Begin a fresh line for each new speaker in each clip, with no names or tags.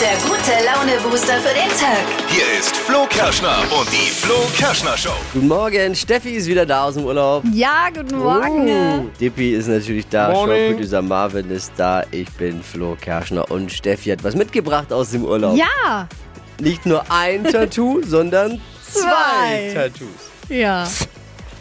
der gute Laune-Booster für den Tag.
Hier ist Flo Kerschner und die Flo Kerschner Show.
Guten Morgen, Steffi ist wieder da aus dem Urlaub.
Ja, guten Morgen.
Uh, Dippi ist natürlich da,
Morning.
Showproducer Marvin ist da, ich bin Flo Kerschner und Steffi hat was mitgebracht aus dem Urlaub.
Ja.
Nicht nur ein Tattoo, sondern zwei
Zwei.
Tattoos.
Ja.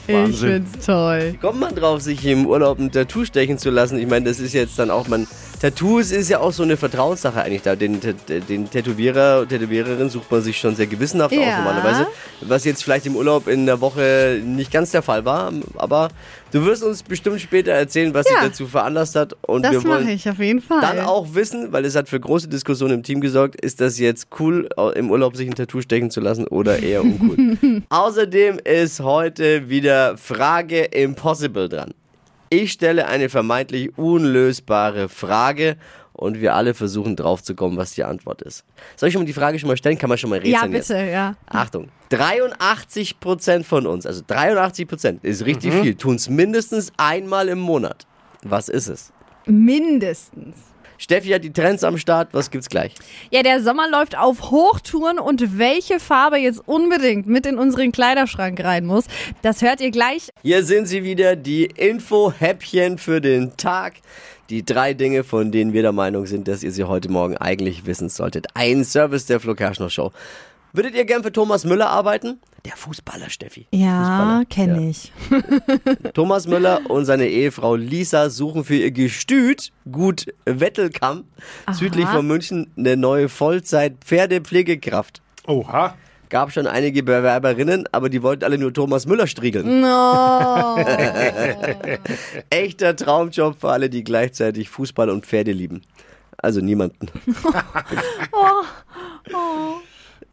Ich
Wahnsinn.
find's toll.
Kommt man drauf, sich im Urlaub ein Tattoo stechen zu lassen? Ich meine, das ist jetzt dann auch, man, Tattoos ist ja auch so eine Vertrauenssache eigentlich da. Den, Tät- den Tätowierer, und Tätowiererin sucht man sich schon sehr gewissenhaft aus
Ja.
normalerweise. Was jetzt vielleicht im Urlaub in der Woche nicht ganz der Fall war, aber du wirst uns bestimmt später erzählen, was
Ja.
dich dazu veranlasst hat. Und wir
Das
wollen
mache ich auf jeden Fall.
dann auch wissen, weil es hat für große Diskussionen im Team gesorgt, ist das jetzt cool, au- im Urlaub sich ein Tattoo stechen zu lassen oder eher uncool. Außerdem ist heute wieder Frage Impossible dran. Ich stelle eine vermeintlich unlösbare Frage und wir alle versuchen drauf zu kommen, was die Antwort ist. Soll ich schon mal die Frage schon mal stellen? Kann man schon mal rätseln
Ja,
jetzt?
bitte, ja.
Achtung, 83% von uns, also 83% ist richtig
Mhm.
viel, tun es mindestens einmal im Monat. Was ist es?
Mindestens.
Steffi hat die Trends am Start, was gibt's gleich?
Ja, der Sommer läuft auf Hochtouren und welche Farbe jetzt unbedingt mit in unseren Kleiderschrank rein muss, das hört ihr gleich.
Hier sind sie wieder, die Info-Häppchen für den Tag. Die drei Dinge, von denen wir der Meinung sind, dass ihr sie heute Morgen eigentlich wissen solltet. Ein Service der Flo Kerschner Show. Würdet ihr gern für Thomas Müller arbeiten? Der Fußballer, Steffi. Fußballer.
kenne ich.
Thomas Müller und seine Ehefrau Lisa suchen für ihr Gestüt, gut Wettelkamm, südlich von München, eine neue Vollzeit-Pferdepflegekraft.
Oha.
Gab schon einige Bewerberinnen, aber die wollten alle nur Thomas Müller striegeln.
Hm. No.
Echter Traumjob für alle, die gleichzeitig Fußball und Pferde lieben. Also niemanden.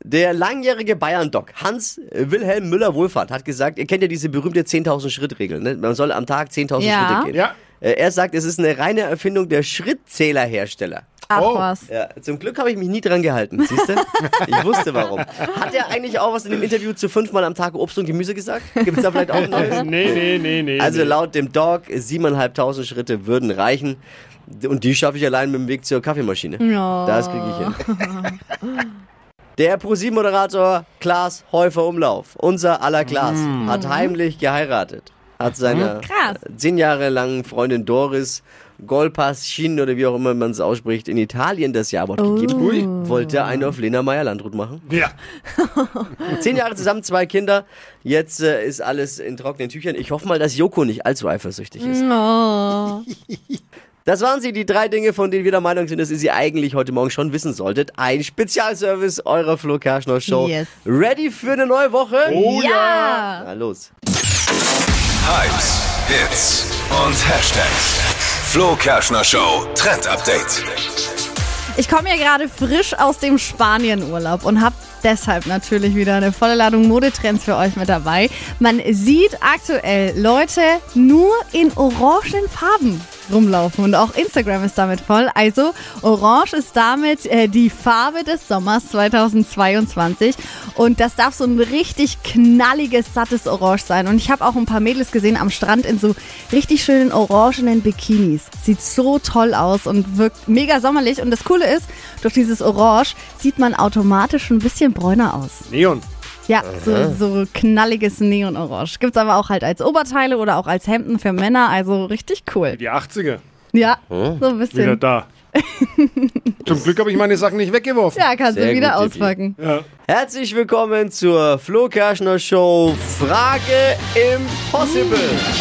Der langjährige Bayern-Doc Hans Wilhelm Müller-Wohlfahrt hat gesagt, ihr kennt ja diese berühmte 10.000-Schritt-Regel. Ne? Man soll am Tag 10.000
Ja.
Schritte gehen.
Ja.
Äh, Er sagt, es ist eine reine Erfindung der Schrittzählerhersteller.
Ach
Oh.
was.
Ja, zum Glück habe ich mich nie dran gehalten, siehst du? Ich wusste warum. Hat er eigentlich auch was in dem Interview zu fünfmal am Tag Obst und Gemüse gesagt? Gibt es da vielleicht auch ein
Äh,
neues?
Äh, Nee, nee, nee, nee.
Also
nee.
laut dem Dog, 7.500 Schritte würden reichen. Und die schaffe ich allein mit dem Weg zur Kaffeemaschine.
Ja.
Das kriege ich hin. Der ProSieben-Moderator Klaas Häufer-Umlauf, unser aller Klaas, hat heimlich geheiratet. Hat seiner
Mhm. Krass.
äh, zehn Jahre langen Freundin Doris Golpaschin oder wie auch immer man es ausspricht, in Italien das Jawort gegeben.
Oh.
Ui.
Wollte einen auf Lena Meyer-Landrut machen.
Ja.
Zehn Jahre zusammen, zwei Kinder. Jetzt äh, ist alles in trockenen Tüchern. Ich hoffe mal, dass Joko nicht allzu eifersüchtig
Oh.
ist.
No.
Das waren sie, die drei Dinge, von denen wir der Meinung sind, dass ihr sie eigentlich heute Morgen schon wissen solltet. Ein Spezialservice eurer Flo Kerschner Show.
Yes.
Ready für eine neue Woche?
Oh ja.
Ja.
Na los.
Hypes, Hits und Hashtags. Flo Kerschner Show Trend Update.
Ich komme ja gerade frisch aus dem Spanienurlaub und habe deshalb natürlich wieder eine volle Ladung Modetrends für euch mit dabei. Man sieht aktuell Leute nur in orangenen Farben rumlaufen und auch Instagram ist damit voll. Also Orange ist damit äh, die Farbe des Sommers 2022 und das darf so ein richtig knalliges, sattes Orange sein. Und ich habe auch ein paar Mädels gesehen am Strand in so richtig schönen orangenen Bikinis. Sieht so toll aus und wirkt mega sommerlich. Und das Coole ist, durch dieses Orange sieht man automatisch ein bisschen bräuner aus.
Neon.
Ja, so, so knalliges Neonorange. Gibt's aber auch halt als Oberteile oder auch als Hemden für Männer. Also richtig cool.
Die 80er.
Ja,
Hm?
so ein
Wieder
bisschen.
da. Zum Glück habe ich meine Sachen nicht weggeworfen.
Ja, kannst
Sehr
du wieder
gut, Dippi.
auspacken.
Ja.
Herzlich willkommen zur Flo Kerschner Show Frage Impossible.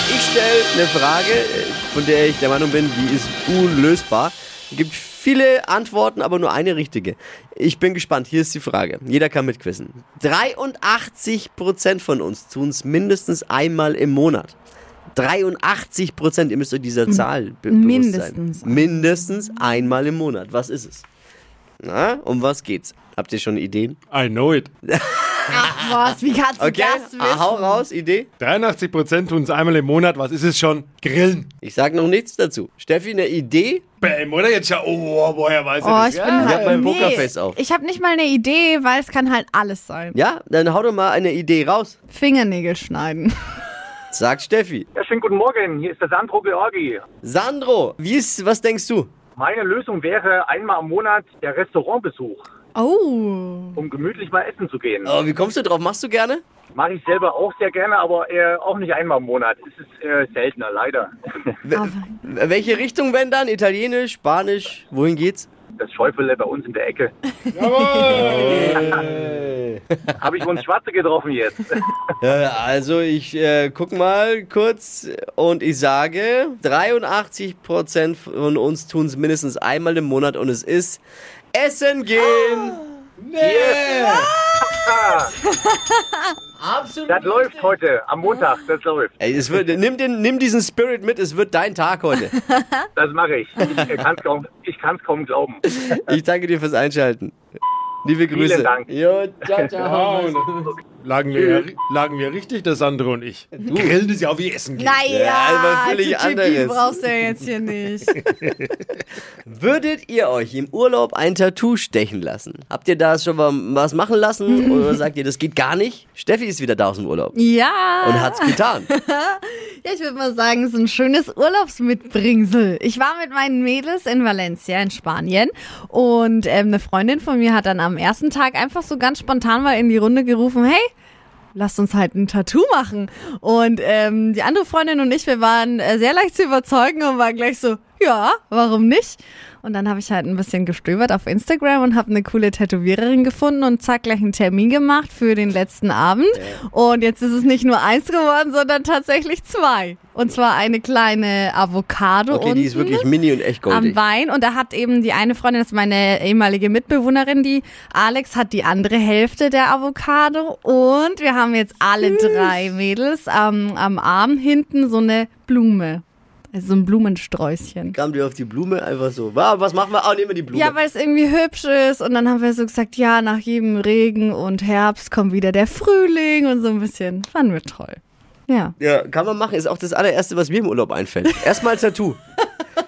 Ich stelle eine Frage, äh, von der ich der Meinung bin, die ist unlösbar. Gibt viele Antworten, aber nur eine richtige. Ich bin gespannt. Hier ist die Frage. Jeder kann mitquissen. 83% von uns tun es mindestens einmal im Monat. 83 Prozent, ihr müsst euch dieser Zahl be bewusst sein.
Mindestens.
Mindestens einmal im Monat. Was ist es? Na, um was geht's? Habt ihr schon Ideen?
I know it.
Was, wie kannst du
Okay,
das wissen?
ah, hau raus, Idee.
83% tun es einmal im Monat. Was ist es schon? Grillen.
Ich sag noch nichts dazu. Steffi, eine Idee?
Bäm, oder? Jetzt ja. Oh, woher weiß
Oh,
ich
ich
das?
bin
Ich hab
halt,
mein Pokerface auf.
Ich habe nicht mal eine Idee, weil es kann halt alles sein.
Ja, dann hau doch mal eine Idee raus.
Fingernägel schneiden.
Sagt Steffi.
Ja, schönen guten Morgen. Hier ist der Sandro Georgi.
Sandro, wie ist, was denkst du?
Meine Lösung wäre einmal am Monat der Restaurantbesuch,
Oh.
um gemütlich mal essen zu gehen.
Aber Oh, wie kommst du drauf? Machst du gerne?
Mache ich selber auch sehr gerne, aber äh, auch nicht einmal im Monat. Es ist äh, seltener, leider.
W- Welche Richtung, wenn dann? Italienisch, Spanisch? Wohin geht's?
Das Schäufele bei uns in der Ecke. Habe ich uns Schwarze getroffen jetzt?
Äh, Also ich äh, guck mal kurz und ich sage, 83% von uns tun es mindestens einmal im Monat und es ist Essen gehen.
Das läuft heute, am Montag, das läuft.
Ey, es wird, nimm, den, nimm diesen Spirit mit, es wird dein Tag heute.
Das mache ich. Ich kann es kaum, ich kann's kaum glauben.
Ich danke dir fürs Einschalten. Liebe Grüße.
Dank.
Jo, ciao, ciao.
Lagen wir, lagen wir richtig, das andere und ich. Grillen ist ja auch wie Essen. gehen.
Naja,
Ja, aber völlig
also Chicky
anderes.
brauchst du ja jetzt hier nicht.
Würdet ihr euch im Urlaub ein Tattoo stechen lassen? Habt ihr da schon mal was machen lassen oder sagt ihr, das geht gar nicht? Steffi ist wieder da aus dem Urlaub
ja.
und hat's getan.
Ja, ich würde mal sagen, es ist ein schönes Urlaubsmitbringsel. Ich war mit meinen Mädels in Valencia in Spanien und ähm, eine Freundin von mir hat dann am ersten Tag einfach so ganz spontan mal in die Runde gerufen, hey, lasst uns halt ein Tattoo machen. Und ähm, die andere Freundin und ich, wir waren äh, sehr leicht zu überzeugen und waren gleich so, ja, warum nicht? Und dann habe ich halt ein bisschen gestöbert auf Instagram und habe eine coole Tätowiererin gefunden und zack, gleich einen Termin gemacht für den letzten Abend. Und jetzt ist es nicht nur eins geworden, sondern tatsächlich zwei. Und zwar eine kleine Avocado
Okay, die ist
unten
wirklich mini und echt goldig.
am Wein und da hat eben die eine Freundin, das ist meine ehemalige Mitbewohnerin, die Alex, hat die andere Hälfte der Avocado und wir haben jetzt alle drei Mädels am, am Arm hinten so eine Blume, also so ein Blumensträußchen.
Kam dir auf die Blume einfach so. Wa, Was machen wir? Ah, nehmen wir die Blume.
Ja, weil es irgendwie hübsch ist und dann haben wir so gesagt, ja, nach jedem Regen und Herbst kommt wieder der Frühling und so ein bisschen, fanden wir toll. Ja.
Ja, kann man machen. Ist auch das allererste, was mir im Urlaub einfällt. Erstmal Tattoo.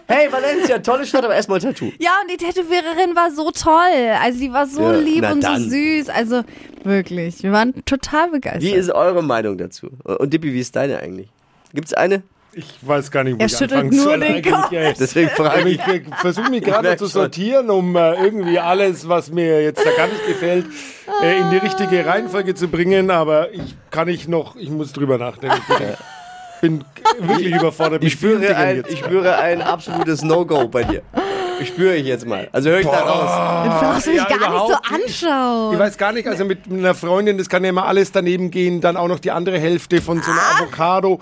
Hey, Valencia, tolle Stadt, aber erstmal Tattoo.
Ja, und die Tätowiererin war so toll. Also die war so
Ja,
lieb
na
und
dann.
so süß. Also wirklich, wir waren total begeistert.
Wie ist eure Meinung dazu? Und Dippi, wie ist deine eigentlich? Gibt's eine?
Ich weiß gar nicht, wo
Er
ich
schüttelt
anfangen
nur
soll.
den
eigentlich,
Kopf.
ey.
Deswegen frage ich.
Ich versuche mich
Ich merk
gerade zu
schon.
sortieren, um äh, irgendwie alles, was mir jetzt da gar nicht gefällt, äh, in die richtige Reihenfolge zu bringen. Aber ich kann ich noch, ich muss drüber nachdenken. Ich bin wirklich überfordert.
Ich
mit
spüre
vielen Dingen
ein,
jetzt.
ich spüre ein absolutes No-Go bei dir. Ich spüre ich jetzt mal. Also höre ich da raus.
Du brauchst mich
Ah, ja,
gar
überhaupt.
nicht so anschauen.
Ich weiß gar nicht, also mit einer Freundin, das kann ja immer alles daneben gehen, dann auch noch die andere Hälfte von so einer
Ah!
Avocado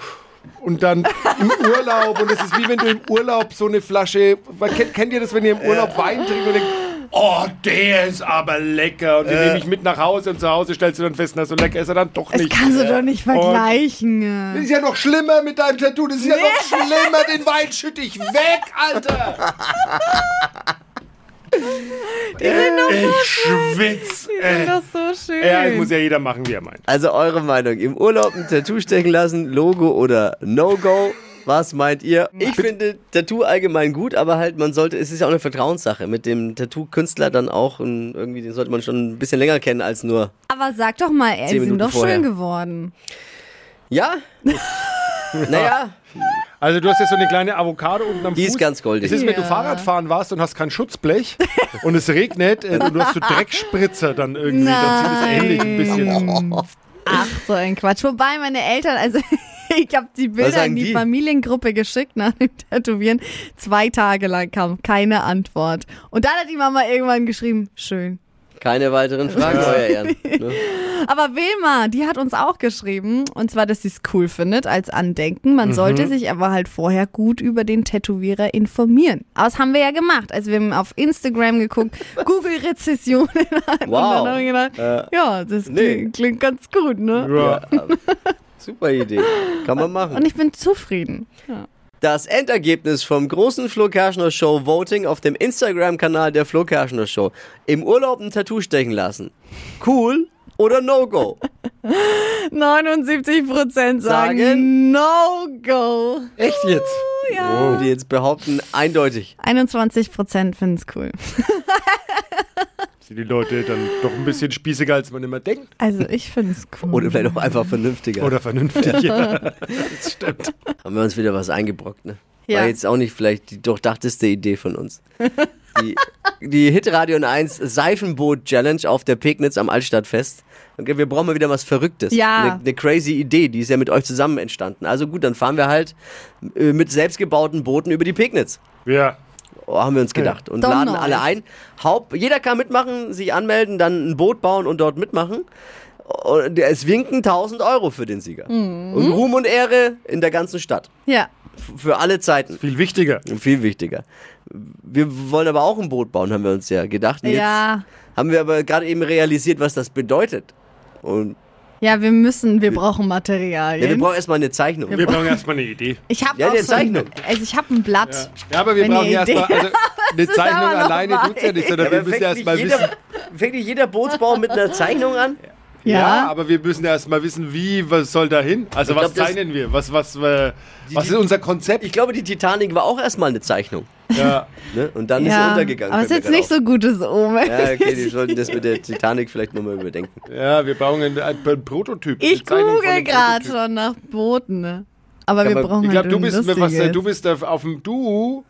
und dann im Urlaub und es ist wie wenn du im Urlaub so eine Flasche, man, kennt, kennt ihr das, wenn ihr im Urlaub Wein trinkt und denkt, oh, der ist aber lecker und den nehme ich mit nach Hause und zu Hause stellst du dann fest, na so lecker ist er dann doch
Äh. das
nicht.
kannst du doch nicht vergleichen.
Das ist ja noch schlimmer mit deinem Tattoo, das ist ja noch schlimmer, den Wein schütte ich weg, Alter. ich schwitz.
Das ist doch so schön.
Ja, das muss ja jeder machen, wie er meint.
Also eure Meinung. Im Urlaub ein Tattoo stechen lassen, Logo oder No-Go? Was meint ihr? Ich finde Tattoo allgemein gut, aber halt, man sollte, es ist ja auch eine Vertrauenssache. Mit dem Tattoo-Künstler dann auch, und irgendwie, den sollte man schon ein bisschen länger kennen als nur.
Aber sag doch mal, ey, die
Minuten
sind doch
vorher.
schön geworden.
Ja? naja,
Also du hast jetzt so eine kleine Avocado unten am
die
Fuß.
ist ganz
Es
goldig.
ist, wenn du
Ja.
Fahrradfahren warst und hast kein Schutzblech und es regnet äh, und du hast so Dreckspritzer dann irgendwie, dann sieht es ähnlich ein bisschen aus.
Ach, so ein Quatsch. Wobei meine Eltern, also ich habe die Bilder
sagen
in die,
die?
Familiengruppe geschickt nach dem Tätowieren. Zwei Tage lang kam keine Antwort. Und dann hat die Mama irgendwann geschrieben, schön.
Keine weiteren Fragen, euer Ehren. Ne?
Aber Wilma, die hat uns auch geschrieben, und zwar, dass sie es cool findet als Andenken.
Mhm.
Man sollte sich aber halt vorher gut über den Tätowierer informieren. Aber das haben wir ja gemacht. Also wir haben auf Instagram geguckt, Google-Rezessionen an
Wow. Äh,
und dann haben wir gedacht, ja, das
nee.
klingt, klingt ganz gut, ne?
Ja.
Super Idee. Kann man
Und
machen.
ich bin zufrieden.
Das Endergebnis vom großen Flo Kerschner Show Voting auf dem Instagram-Kanal der Flo Kerschner Show. Im Urlaub ein Tattoo stechen lassen. Cool oder No-Go?
79% sagen,
Sagen?
no go.
Echt jetzt?
Würde jetzt behaupten, eindeutig.
21% finden es cool.
Sind die Leute dann doch ein bisschen spießiger, als man immer denkt?
Also ich finde es cool.
Oder vielleicht auch einfach vernünftiger.
Oder vernünftig? Ja.
Haben wir uns wieder was eingebrockt, ne?
Ja.
War jetzt auch nicht vielleicht die durchdachteste Idee von uns. Die, die Hitradio 1 Seifenboot-Challenge auf der Pegnitz am Altstadtfest. Okay, wir brauchen mal wieder was Verrücktes.
Ja.
Eine, eine crazy Idee, die ist ja mit euch zusammen entstanden. Also gut, dann fahren wir halt äh, mit selbstgebauten Booten über die Pegnitz.
Ja.
Oh, haben wir uns gedacht. Und
Doch
laden
noch.
alle ein. Haupt, jeder kann mitmachen, sich anmelden, dann ein Boot bauen und dort mitmachen. Und es winken 1000 Euro für den Sieger.
Mhm.
Und Ruhm und Ehre in der ganzen Stadt.
Ja.
F- Für alle Zeiten.
Viel wichtiger.
Viel wichtiger. Wir wollen aber auch ein Boot bauen, haben wir uns ja gedacht. Und jetzt
Ja.
Haben wir aber gerade eben realisiert, was das bedeutet. Und
Ja, wir müssen, wir brauchen Materialien.
ja, wir brauchen erstmal eine Zeichnung.
Wir brauchen erstmal eine Idee.
ich habe
Ja,
auch
die
so ein,
Zeichnung.
also ich habe ein Blatt.
Ja, aber wir
Wenn
brauchen
ihr
erstmal
Idee-
also, eine
ist
Zeichnung
aber noch
alleine
weit.
tut's ja nicht, sondern
Ja,
wir
aber
müssen
fängt
erstmal
nicht jeder-
wissen.
Fängt nicht jeder Bootsbauer mit einer Zeichnung an?
Ja.
Ja.
aber wir müssen erstmal wissen, wie, was soll da hin? Also,
Ich
was
glaub, das-
zeichnen wir? Was, was, äh, was
die-
ist unser Konzept?
Ich glaube, die Titanic war auch erstmal eine Zeichnung.
ja.
Ne? Und dann ist
Ja.
sie untergegangen.
Aber es ist
fällt
jetzt
mir
nicht
grad
so gutes Omen.
auf. Ja, okay, die sollten das mit der Titanic vielleicht nochmal überdenken.
ja, wir brauchen einen, einen Prototyp.
ich
eine Zeichnung von
google
einem
gerade
Prototyp.
schon nach Booten. Aber wir
Aber
brauchen
ich glaube,
halt
du bist
irgendwas
was, äh, du
Lustiges.
bist auf, auf dem Du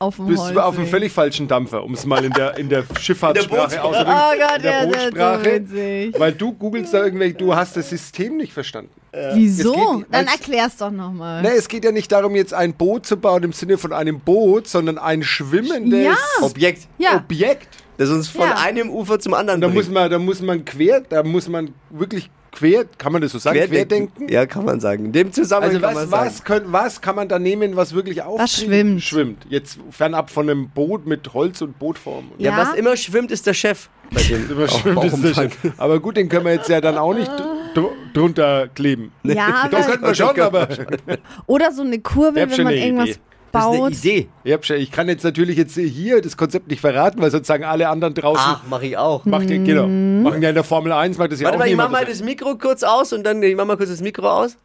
auf dem
bist auf dem
Holzweg.
völlig falschen Dampfer, um es mal in der in der
In
Schifffahrtssprache
der
auszudrücken.
Oh Gott,
in der
der ist
Bootsprache,
so witzig.
weil du googelst da irgendwelche, du hast das System nicht verstanden. es
Wieso?
geht-
Dann
als-
erklär's doch nochmal.
Ne, es geht ja nicht darum, jetzt ein Boot zu bauen im Sinne von einem Boot, sondern ein schwimmendes
Ja.
Objekt,
Ja.
Objekt.
das uns von
Ja.
einem Ufer zum anderen
Da muss
bringt.
man, da muss man quer, da muss man wirklich quer, kann man das so sagen, querdenken?
Ja, kann man sagen. In dem Zusammenhang
Also
kann
was,
man
was,
sagen.
können, was kann man da nehmen, was wirklich auf
schwimmt.
schwimmt? Jetzt fernab von einem Boot mit Holz und Bootform.
Ja,
Ja.
was immer schwimmt, ist der Chef. Bei dem
Immer schwimmt ist das
Bauchumfang.
schön. Aber gut, den können wir jetzt ja dann auch nicht dr- dr drunter kleben.
Ja,
Doch, könnten
genau.
aber,
wir schon, aber
oder so eine
Ich
Kurbel,
hab
wenn
schon
man
eine
irgendwas
Idee.
Das ist eine
baut.
Idee.
Ja, Psche, ich kann jetzt natürlich jetzt hier das Konzept nicht verraten, weil sozusagen alle anderen draußen
Ach, mach ich auch.
macht
Hm.
ja, genau, machen ja in der Formel 1, macht das Äh. ja
Warte
auch
mal, ich mach
niemand.
mal das Mikro kurz aus und dann, ich mach mal kurz das Mikro aus.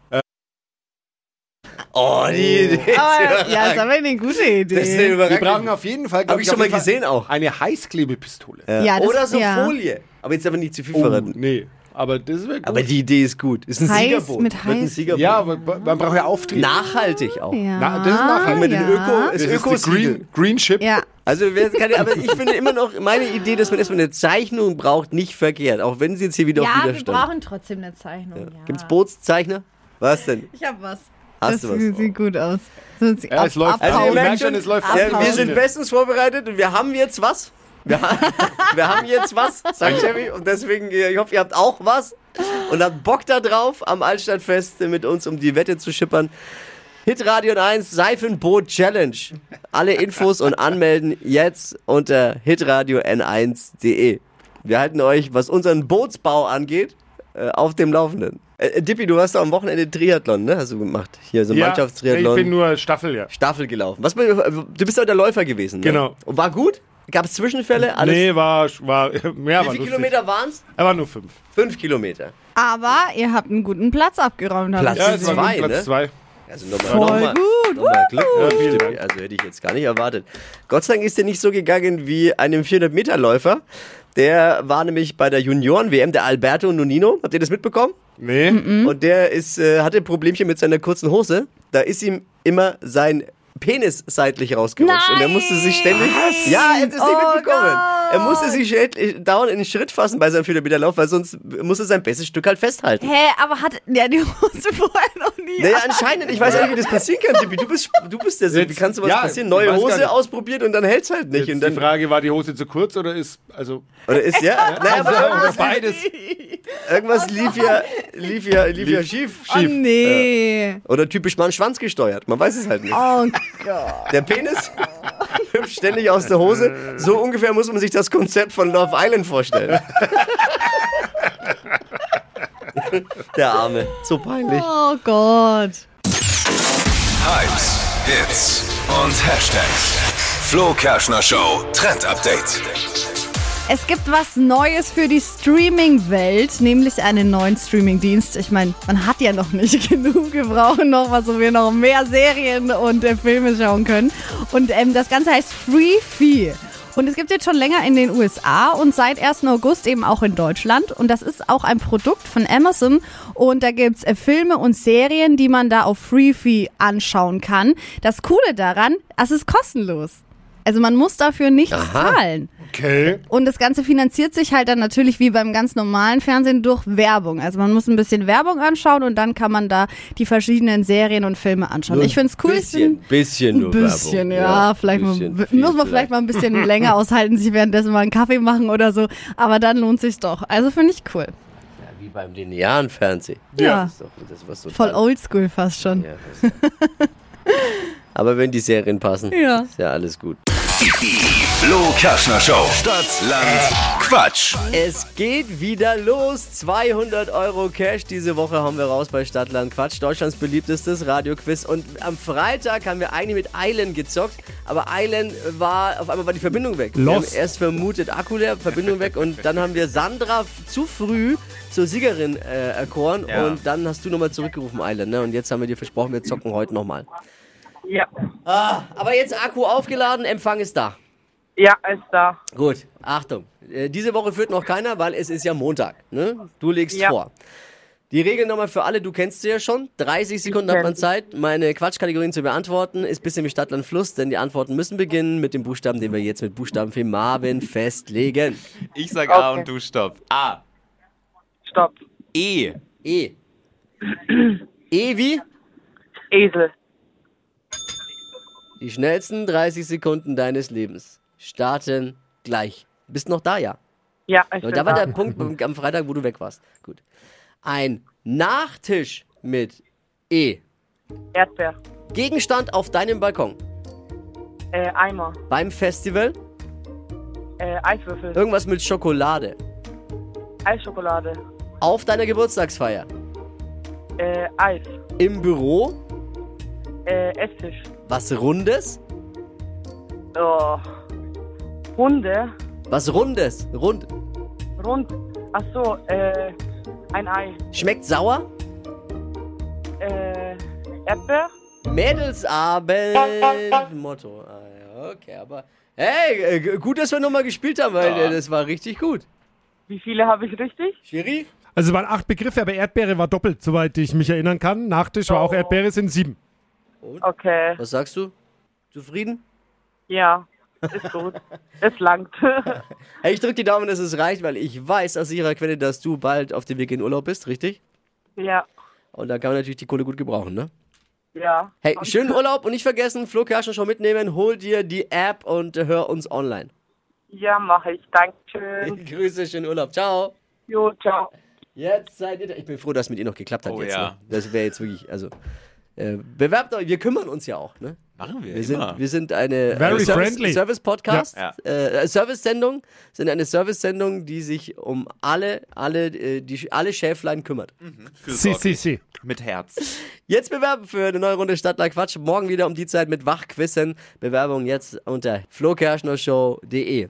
Oh, die Idee.
Aber, Ah, ja, ist aber eine gute Idee.
Das ist eine
wir
überragende
brauchen auf jeden Fall,
Hab
glaub
ich schon mal
auf jeden Fall
gesehen auch.
eine Heißklebepistole.
Ja, das-
Oder so
ja.
Folie. Aber jetzt aber nicht zu viel
Oh,
verraten.
nee, aber das wäre gut.
Aber die Idee ist gut. Ist ein
Heiß
Siegerboot.
mit
Wird ein
heiß.
Siegerboot.
Oh. ja, aber b- man braucht ja Auftrieb.
Nachhaltig auch.
ja.
Na, das ist nachher mit
den
ja.
Öko-
das
das
ist die
Ökosiegel.
Green, Green Ship.
Ja,
Also, wer, kann, aber ich finde immer noch, meine Idee, dass man erstmal eine Zeichnung braucht, nicht verkehrt. Auch wenn sie jetzt hier wieder
ja
auf
wir
Widerstand.
brauchen trotzdem eine Zeichnung. Ja.
Gibt's Bootszeichner? Was denn?
Ich hab was.
Hast
das
du was?
sieht gut aus. So, jetzt
Ja, es läuft.
Also,
Pause.
ihr
Ich merk
merkt
schon,
schon,
es läuft
ja,
ab.
wir sind bestens vorbereitet und wir haben jetzt was. Wir, ha wir haben jetzt was, sagt Chevy. Und deswegen, äh, ich hoffe, ihr habt auch was und habt Bock da drauf, am Altstadtfest mit uns um die Wette zu schippern. Hitradio 1 Seifenboot Challenge. Alle Infos und Anmelden jetzt unter hitradio n1.de. Wir halten euch, was unseren Bootsbau angeht, äh, auf dem Laufenden. Äh, Dippi, du warst doch am Wochenende Triathlon, ne? Hast du gemacht? Hier so ein
Ja,
Mannschaftstriathlon.
Ich bin nur Staffel, ja.
Staffel gelaufen. Was, also, du bist ja der Läufer gewesen. Ne?
Genau.
Und war gut? Gab es Zwischenfälle? Alles?
Nee, war, war mehr
Wie
war
viele
lustig.
Kilometer waren es?
Er war nur fünf.
Fünf Kilometer.
Aber ihr habt einen guten Platz abgeräumt. hab
Platz.
ich
Ja,
sind
es
gesehen.
war nur
zwei,
Platz
ne?
zwei.
Also nochmal
Voll
nochmal-
gut.
nochmal Glückwunsch,
Ja, vielen
Stippi.
Dank.
Also hätte ich jetzt gar nicht erwartet. Gott sei Dank ist dir nicht so gegangen wie einem 400-Meter-Läufer. Der war nämlich bei der Junioren-WM, der Alberto Nunino. Habt ihr das mitbekommen?
Nee.
Hm?
Und der ist, äh, hatte ein Problemchen mit seiner kurzen Hose. Da ist ihm immer sein Penis seitlich rausgerutscht. Und er musste sich ständig. Ja, er hat es nicht
Oh
mitbekommen.
Gott.
Er musste sich schädlich- dauernd in den Schritt fassen bei seinem 400 Meter Lauf, weil sonst musste sein bestes Stück halt festhalten.
Hä, aber hat der die Hose vorher noch nie?
Naja, anscheinend, ich weiß auch nicht, wie das passieren kann, Tippi. Du bist, du bist der Sinn. Wie
Jetzt-
kann sowas
ja,
passieren?
ich
Neue
weiß gar nicht.
Hose ausprobiert und dann hält's halt nicht. Und
Jetzt die
dann,
Frage, war die Hose zu kurz oder ist, also,
oder ist ja? Naja,
also
aber
oder beides?
irgendwas lief ja, lief ja, lief ja schief.
oh nee.
Oder typisch mal ein Schwanz gesteuert. Man weiß es halt nicht.
Oh
Der Penis hüpft ständig aus der Hose. So ungefähr muss man sich das Konzept von Love Island vorstellen. Der Arme, so peinlich.
Oh Gott.
Hypes, Hits und Hashtags. Flo Kerschner Show Trend Update.
Es gibt was Neues für die Streaming-Welt, nämlich einen neuen Streaming-Dienst. Ich meine, man hat ja noch nicht genug. Wir brauchen noch was, wo wir noch mehr Serien und äh, Filme schauen können. Und ähm, das Ganze heißt Free Fee. Und es gibt jetzt schon länger in den USA und seit 1. August eben auch in Deutschland. Und das ist auch ein Produkt von Amazon. Und da gibt's äh, Filme und Serien, die man da auf Freevee anschauen kann. Das Coole daran, es ist kostenlos. Also man muss dafür nichts zahlen.
Okay.
Und das Ganze finanziert sich halt dann natürlich wie beim ganz normalen Fernsehen durch Werbung. Also man muss ein bisschen Werbung anschauen und dann kann man da die verschiedenen Serien und Filme anschauen.
Nur
ich finde es cool. ich
Bisschen,
find-
bisschen nur
ein bisschen,
Werbung.
ja, vielleicht
bisschen
mal,
viel
muss man vielleicht mal ein bisschen länger aushalten, sich währenddessen mal einen Kaffee machen oder so. Aber dann lohnt sich doch. Also finde ich cool.
Wie beim linearen Fernsehen.
Ja.
Das ist doch das, was
Voll
total-
oldschool fast schon.
Ja, das ist ja- Aber wenn die Serien passen,
Ja.
ist ja alles gut.
Flo Kerschner Show. Stadt, Land, Quatsch.
Es geht wieder los. 200 Euro Cash diese Woche haben wir raus bei Stadtland Quatsch, Deutschlands beliebtestes Radioquiz. Und am Freitag haben wir eigentlich mit Island gezockt, aber Island war, auf einmal war die Verbindung weg. Wir haben
Lost.
erst vermutet Akku leer, Verbindung weg und dann haben wir Sandra f- zu früh zur Siegerin äh, erkoren und dann hast du nochmal zurückgerufen, Island. Ne? Und jetzt haben wir dir versprochen, wir zocken heute nochmal.
Ja.
Ah, aber jetzt Akku aufgeladen, Empfang ist da.
Ja, ist da.
Gut, Achtung. Äh, diese Woche führt noch keiner, weil es ist ja Montag. Ne? Du legst
Ja.
vor. Die Regel nochmal für alle, du kennst sie ja schon. 30 Sekunden hat man Zeit, meine Quatschkategorien zu beantworten. Ist bisschen wie Stadt, Land, Fluss, denn die Antworten müssen beginnen mit dem Buchstaben, den wir jetzt mit Buchstaben für Marvin festlegen.
Ich sag A
Okay.
und du stopp. A.
Stopp.
E.
E. E wie?
Esel.
Die schnellsten 30 Sekunden deines Lebens starten gleich. Bist noch da, ja?
Ja, ich
Ja,
bin
da war
da.
der Punkt am- am Freitag, wo du weg warst. Gut. Ein Nachtisch mit E.
Erdbeer.
Gegenstand auf deinem Balkon.
Äh, Eimer.
Beim Festival.
Äh, Eiswürfel.
Irgendwas mit Schokolade.
Eisschokolade.
Auf deiner Geburtstagsfeier.
Äh, Eis.
Im Büro.
Äh, Esstisch.
Was Rundes.
Oh. Hunde.
Was Rundes. Rund.
Rund. Ach so, äh, ein Ei.
Schmeckt sauer.
Äh, Erdbeer.
Mädelsabend. Motto. Ah, ja, okay, aber. Hey, äh, g- gut, dass wir nochmal gespielt haben, weil äh, das war richtig gut.
Wie viele habe ich richtig?
Schiri?
Also es waren acht Begriffe, aber Erdbeere war doppelt, soweit ich mich erinnern kann. Nachtisch war auch Erdbeere, sind sieben.
Okay.
Was sagst du? Zufrieden?
Ja. Ist gut. es langt.
Hey, ich drücke die Daumen, dass es reicht, weil ich weiß aus ihrer Quelle, dass du bald auf dem Weg in Urlaub bist, richtig?
ja.
Und da kann man natürlich die Kohle gut gebrauchen, ne?
Ja.
Hey, schönen Urlaub und nicht vergessen, Flo Kerschen schon mitnehmen, hol dir die App und äh, hör uns online.
Ja, mache ich. Dankeschön.
Grüße, schönen Urlaub, ciao.
Jo, ciao.
Jetzt seid ihr da. Ich bin froh, dass es mit ihr noch geklappt hat
Oh,
jetzt.
ja.
Ne? Das wäre jetzt wirklich, also, äh, bewerbt euch, wir kümmern uns ja auch, ne?
Machen wir,
Wir sind,
immer.
wir sind eine
Very
äh, Service,
friendly.
Service Podcast,
Ja.
äh, Service Sendung, sind eine Service Sendung, die sich um alle, alle, äh, die, alle Schäflein kümmert.
Si,
Fürsorglich.
si, si.
Mit Herz.
Jetzt bewerben für eine neue Runde Stadtler Quatsch. Morgen wieder um die Zeit mit Wachquissen. Bewerbung jetzt unter flokerschnershow.de.